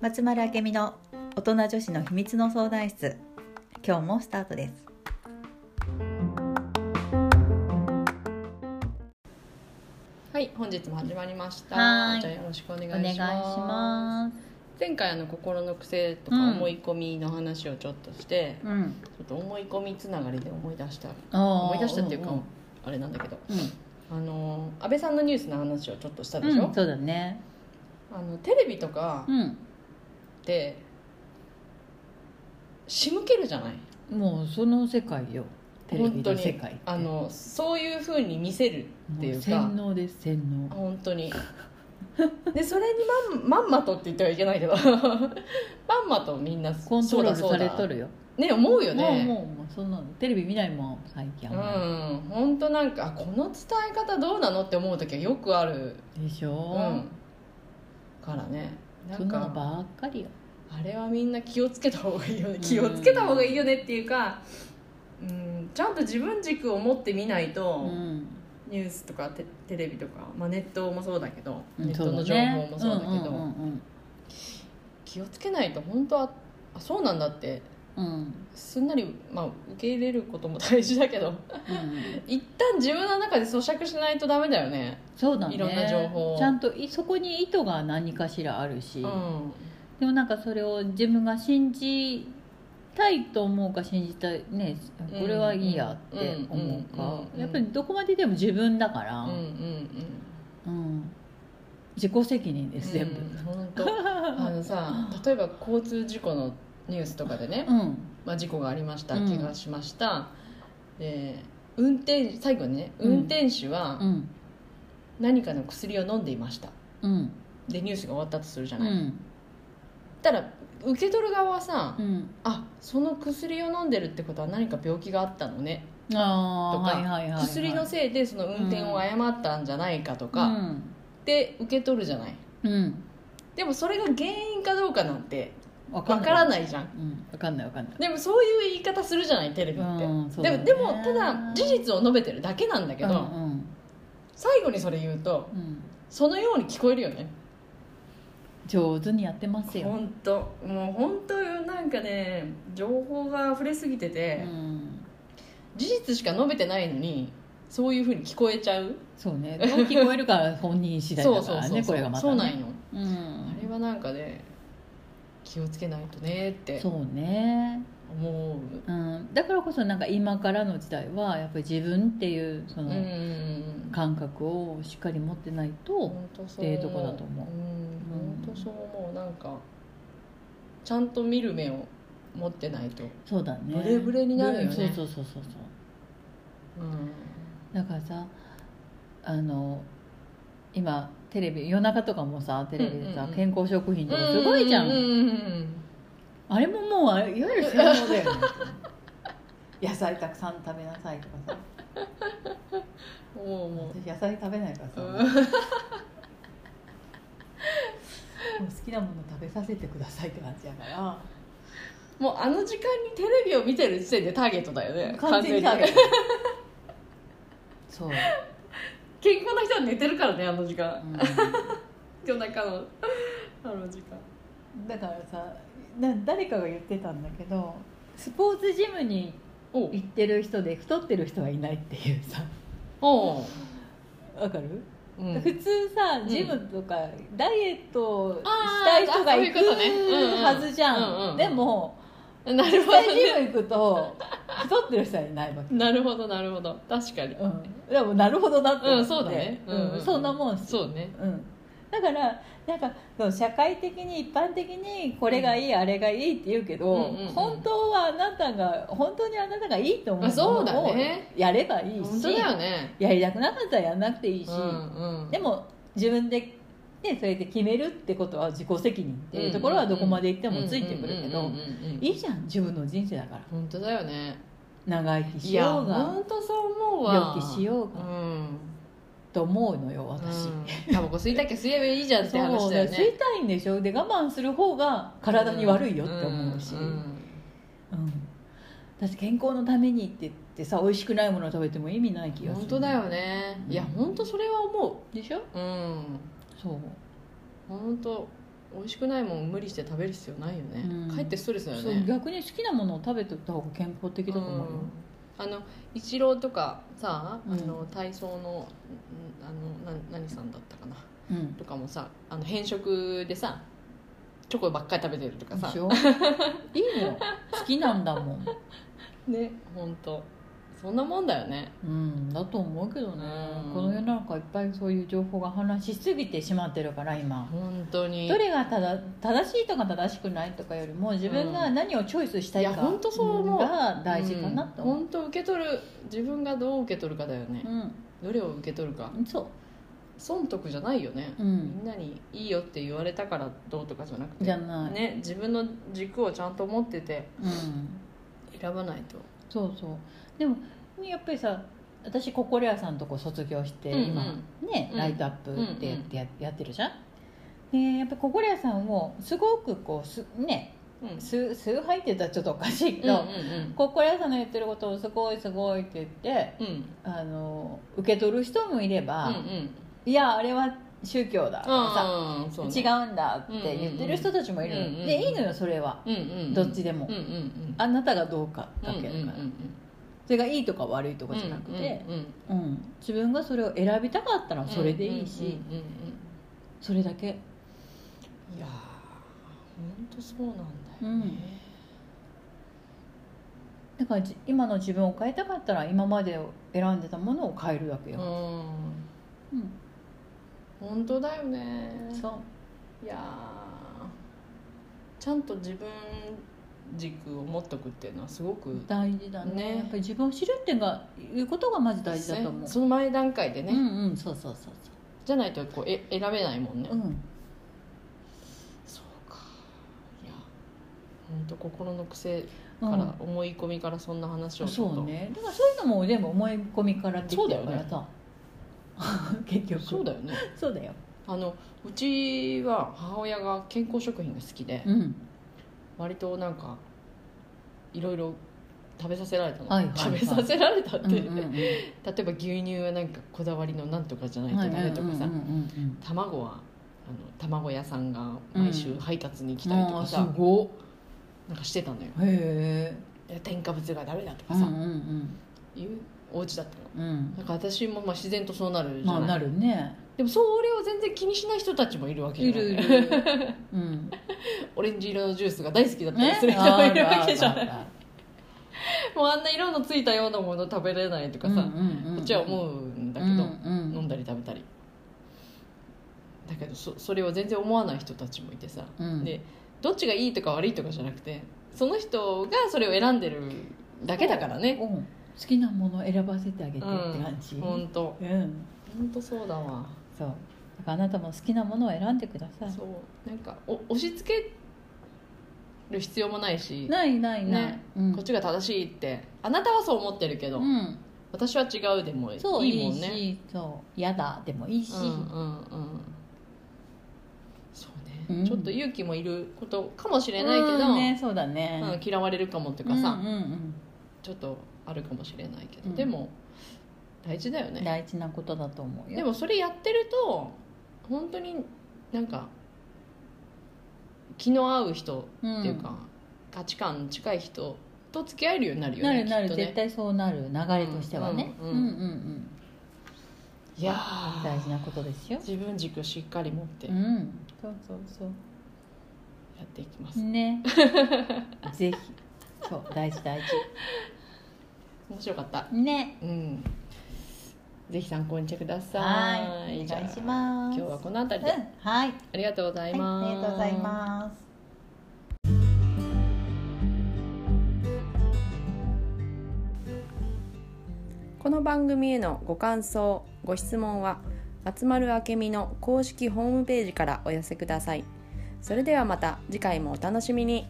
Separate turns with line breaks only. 松丸明美の大人女子の秘密の相談室今日もスタートです
はい、本日も始まりました。
はい
じゃあよろしくお願い
お
します。
す
前回あの心の癖とか
うん
思い込みの話をちょっとして、
うん
ちょっと思い込みつながりで思い出した。
思
思い出したっていうか、あれなんだけど、
うん、
あの安倍さんのニュースの話をちょっとしたで
う
し
ん
ょ。
そうだね
あのテレビとか
うん
って、仕向けるじゃない。
もうその世界よテレビ
本当
の
に
世界って
あのそういう風に見せるってい
も
う
う
か。
洗脳です洗脳
本当にでそれにまんまんまとって言ってはいけないけど まんまとみんな
コントロール
そう
さ
だそう
れ
だ
とるよ
ね思うよね
もうもうもうそんなのテレビ見ないもん最近あんま
うん本当なんかあこの伝え方どうなのって思う時はよくある、
りでし
う
ょ、
ん、からねな
そ
ん
んなの
か
ばっかりよ
あれはみんな気をつけた方がいいよね気をつけた方がいいよねっていうか、うん、ちゃんと自分軸を持ってみないと、
うん
ニュースとかテテレビとか、まあ、ネットもそうだけど、
うん
ネットの
そ
情
うだね
報もそうだけど、
んうんうん
気をつけないと本当はあそうなんだって
うんうん
すんなり、まあ、受け入れることも大事だけど
うん
一旦自分の中で咀嚼しないとダメだよね
そうだね
いろんな情報を
ちゃんといそこに意図が何かしらあるし、
うん
でもなんかそれを自分が信じたいと思うか信じたいねこれはいいやって思う
うんうん
か
うんうん
やっぱりどこまででも自分だから、
う
うん
うんうんん
自己責任です全部
本当あ のさ例えば交通事故のニュースとかでね、
うん
まあ、事故がありました
うん
怪我しました、で運転最後にね
うん
運転手は
うん
何かの薬を飲んでいました
うん
でニュースが終わったとするじゃ
う
ない、
ん
たら受け取る側はさ、
うん
あその薬を飲んでるってことは何か病気があったのね
ああ
とか
はいはいはい、はい、
薬のせいでその運転を誤ったんじゃないかと
う
か
ん、
で受け取るじゃない
うん、
でもそれが原因かどうかなんて
分
わからないじゃん
うん、分かんない分かんない
でもそういう言い方するじゃないテレビって、
うんそうだ
で
ね
もでもただ事実を述べてるだけなんだけど、
うん
最後にそれ言うと
うんうん、
そのように聞こえるよね
上手にやってますよ、
本当もう本当なんかね情報が溢れすぎて
う
て
ん、
事実しか述べてないのにそういうふうに聞こえちゃう
そうねどう聞こえるか本人次第だからねこれがまたね
そうなんよ、
うん
あれはなんかね気をつけないとねって
そうね、
思う
うん、だからこそなんか今からの時代はやっぱり自分っていうそ
うんう
の
ん
感覚をしっかり持ってないと
本当そう
っていうとこだと思うん
本当そう思うなんかちゃんと見る目を持ってないと、
そうだね
ブレブレになるよね
ブレそうそうそうそうそう
うん
だからさあの今テレビ夜中とかもさテレビでさ、
うんうんうん
健康食品とかすごいじゃん、
ううん
あれももうあれいわゆる洗脳だよね 野菜たくさん食べなさいとかさ
うんもうもう
私野菜食べないからさ、
うん
もう好きなもの食べさせてくださいって感じやから
もうあの時間にテレビを見てる時点でターゲットだよね
完全に食べ
完
るそう、
全に健康な人は寝てるからねあの時間
う
夜中のあの時間
ん、だからさな誰かが言ってたんだけどスポーツジムに
おう
行ってる人で太ってる人はいないっていうさ
おう、
わかる、
うん
普通さ
ん
ジムとかダイエットしたい人が
あーあそうい
行
うことねうんうん
くはずじゃん、
うんうん
でも
なる
実
ほど
際
ね
ジム行くと太ってる人はいないわけ、
なるほどなるほど確かに
うん、でもなるほどだって思って
うんそうだねうん
うんそんなもんし
そうね
うん、だからなんかその社会的に一般的にこれがいい、あれがいいって言うけど、
うんうんうん
本当はあなたが本当にあなたがいいと思
まあそうう
も
だ
のを
ね
やればいいし、
本当だよね
やりたくなかったらやんなくていいし、
うんうん
でも自分で、ね、それで決めるってことは自己責任っていうところはどこまでいってもついてくるけ
う
ど
んうんうんうんうん
いいじゃん自分の人生だから
本当だよね
長生き
い
し
や
ようが
本当そう思うわ
病気しよう
う
が
ん
と思うのよ私。
うんタバコ吸いたきゃ吸えばいいじゃんって
そう
話だ
だ
よ
よ吸い
ね
たいんでしょで我慢する方が体に悪いよって思うし、
ん
うん私健康のためにって言っってさ美味しくないものを食べても意味ない気がする
本当だよねいや本当それは思
でしょ
ううん
そう
本当美味しくないもん無理して食べる必要ないよね、
うん
かえってストレスだよ
そう
ね
逆に好きなものを食べてった方が健康的だと思うよ、
うんあのイチローとかさあ
うん
の体操の,、あのな何さんだったかな
うん
とかもさあの偏食でさチョコばっかり食べてるとか
で
さ
しょいいよ好きなんだもん
ね本当そんなもんだよね
うんだと思うけどね
うん
この世の中いっぱいそういう情報が話しすぎてしまってるから今
本当に
どれがただ正しいとか正しくないとかよりも自分が何をチョイスしたいか
いや本当そう思う
が大事かなと
うん
思う、
本当受け取る自分がどう受け取るかだよね
う、ん
どれを受け取るか
そ
損得じゃないよね、
うう
み
ん
んなにいいよって言われたからどうとかじゃなくて
じゃない、
ね、自分の軸をちゃんと持ってて
うん
選ばないと
そうそうでもやっぱりさ私ココレアさんとこ卒業して
うんうん
今、ね
うん
ライトアップってや
うんうん
ややってるじゃんでやっぱりココレアさんもすごくこうすね
うん
崇崇拝って言ったらちょっとおかしいけ
うん
ど、ココレアさんの言ってることをすごいすごいって言って
うんうん
あの受け取る人もいれば、
うんうん
いやあれは宗教だとか
ああそ
さ、
うね
違うんだって言ってる人たちもいるの、
うんうんうん
でいいのよそれは、
うんうんうん
どっちでも、
うんうんうん
あなたがどうかだけだから、
うんうんうん
それがいいとか悪いとかじゃなくて、うん自分がそれを選びたかったらそれでいいし、
うんうんうん
それだけ
うんいやー本当そうなんだよね
だからじ今の自分を変えたかったら今までを選んでたものを変えるわけ
うん
よ、うん
本当だよね
そう
いやーちゃんと自分軸を持っとくっていうのはすごく
大事だね
ね
やっぱり自分を知るっていうのがいうことがまず大事だと思う、
その前段階でね、
うんうんそうそうそう
じゃないとこうえ選べないもんね、
そううん
そうかいや本当心の癖
うん
から、思い込みからそんな話をちょっ
そ
と
うねだからそういうのも全部思い込みからできてるからさ、 結局
そうだよね
そうだよ
あのうちは母親が健康食品が好きで、
うん
割となんかいろいろ食べさせられたの、
はいはいはい
食べさせられたって、
うんうんう ん
例えば牛乳はなんかこだわりのなんとかじゃないとダメとかさ、
うんうんうんうん
卵はあの卵屋さんが毎週配達に来たりとかさ、
あーすごっ
なんかしてたのよ
へ
いや添加物がダメだと
えう
か
ん
さ、
うん
いうお家だったの
うんうん
なんか私もまあ自然とそうなるじ
ま
ゃ
あ
ない、
なるね
でもそれを全然気にしない人たちもいるわけ
い
じゃ
る
ない
いる うん
オレンジ色のジュースが大好きだったり
ね
する人もいる
あ
わけじゃない、
あ
もうあんな色のついたようなもの食べれないとか
あ
さ、
うんうんうん
こっちは思うんだけ
う
ど、
ん
飲んだり食べたりだけどそそれを全然思わない人たちもいてさ、
うん
でどっちがいいとか悪いとかじゃなくてその人がそれを選んでるだけだからね
うんうん好きなものを選ばせてあげてって
うん
感じ
ほんと
うん
ほんとそうだわ
そうだからあなたも好きなものを選んでください
そうなんかお押し付ける必要もないし
ないないない、
ね
うん、
こっちが正しいってあなたはそう思ってるけど、
うん、
私は違うでもい
そう
い
い
も
い
んね
しそう嫌だでもいいし、
うんうんうんそうね、
うん
ちょっと勇気もいることかもしれないけど、
うんねそうだね、
うん、嫌われるかもとかさ、
うんうん
ちょっとあるかもしれないけど、
うん
でも大事だよ
うん、
ね
大事なことだと思うよ
でもそれやってると本当になんか気の合う人っていうか、価値観の近い人と付き合えるようになるよ
な
ね
るなる、
きっと
絶
ね
対そうなる流れとしてはね、
う
うんん
う
うんん
う
うんん
いや
大
ー
事なことですよ
自分軸しっかり持って
う
や
んそうそうそ
っていきます、
う ねぜひそう大事大事
面白かった
ね
うんぜひ参考にしてくださ
はい
い
お願いします
じゃあ今日はこのあた
う
り
ん
で、
はい、はい、
ありがとうござ
あ
い
り
ます、
がとうございます
この番組へのご感想ご質問は集まるあけみの公式ホームページからお寄せくださいそれではまた次回もお楽しみに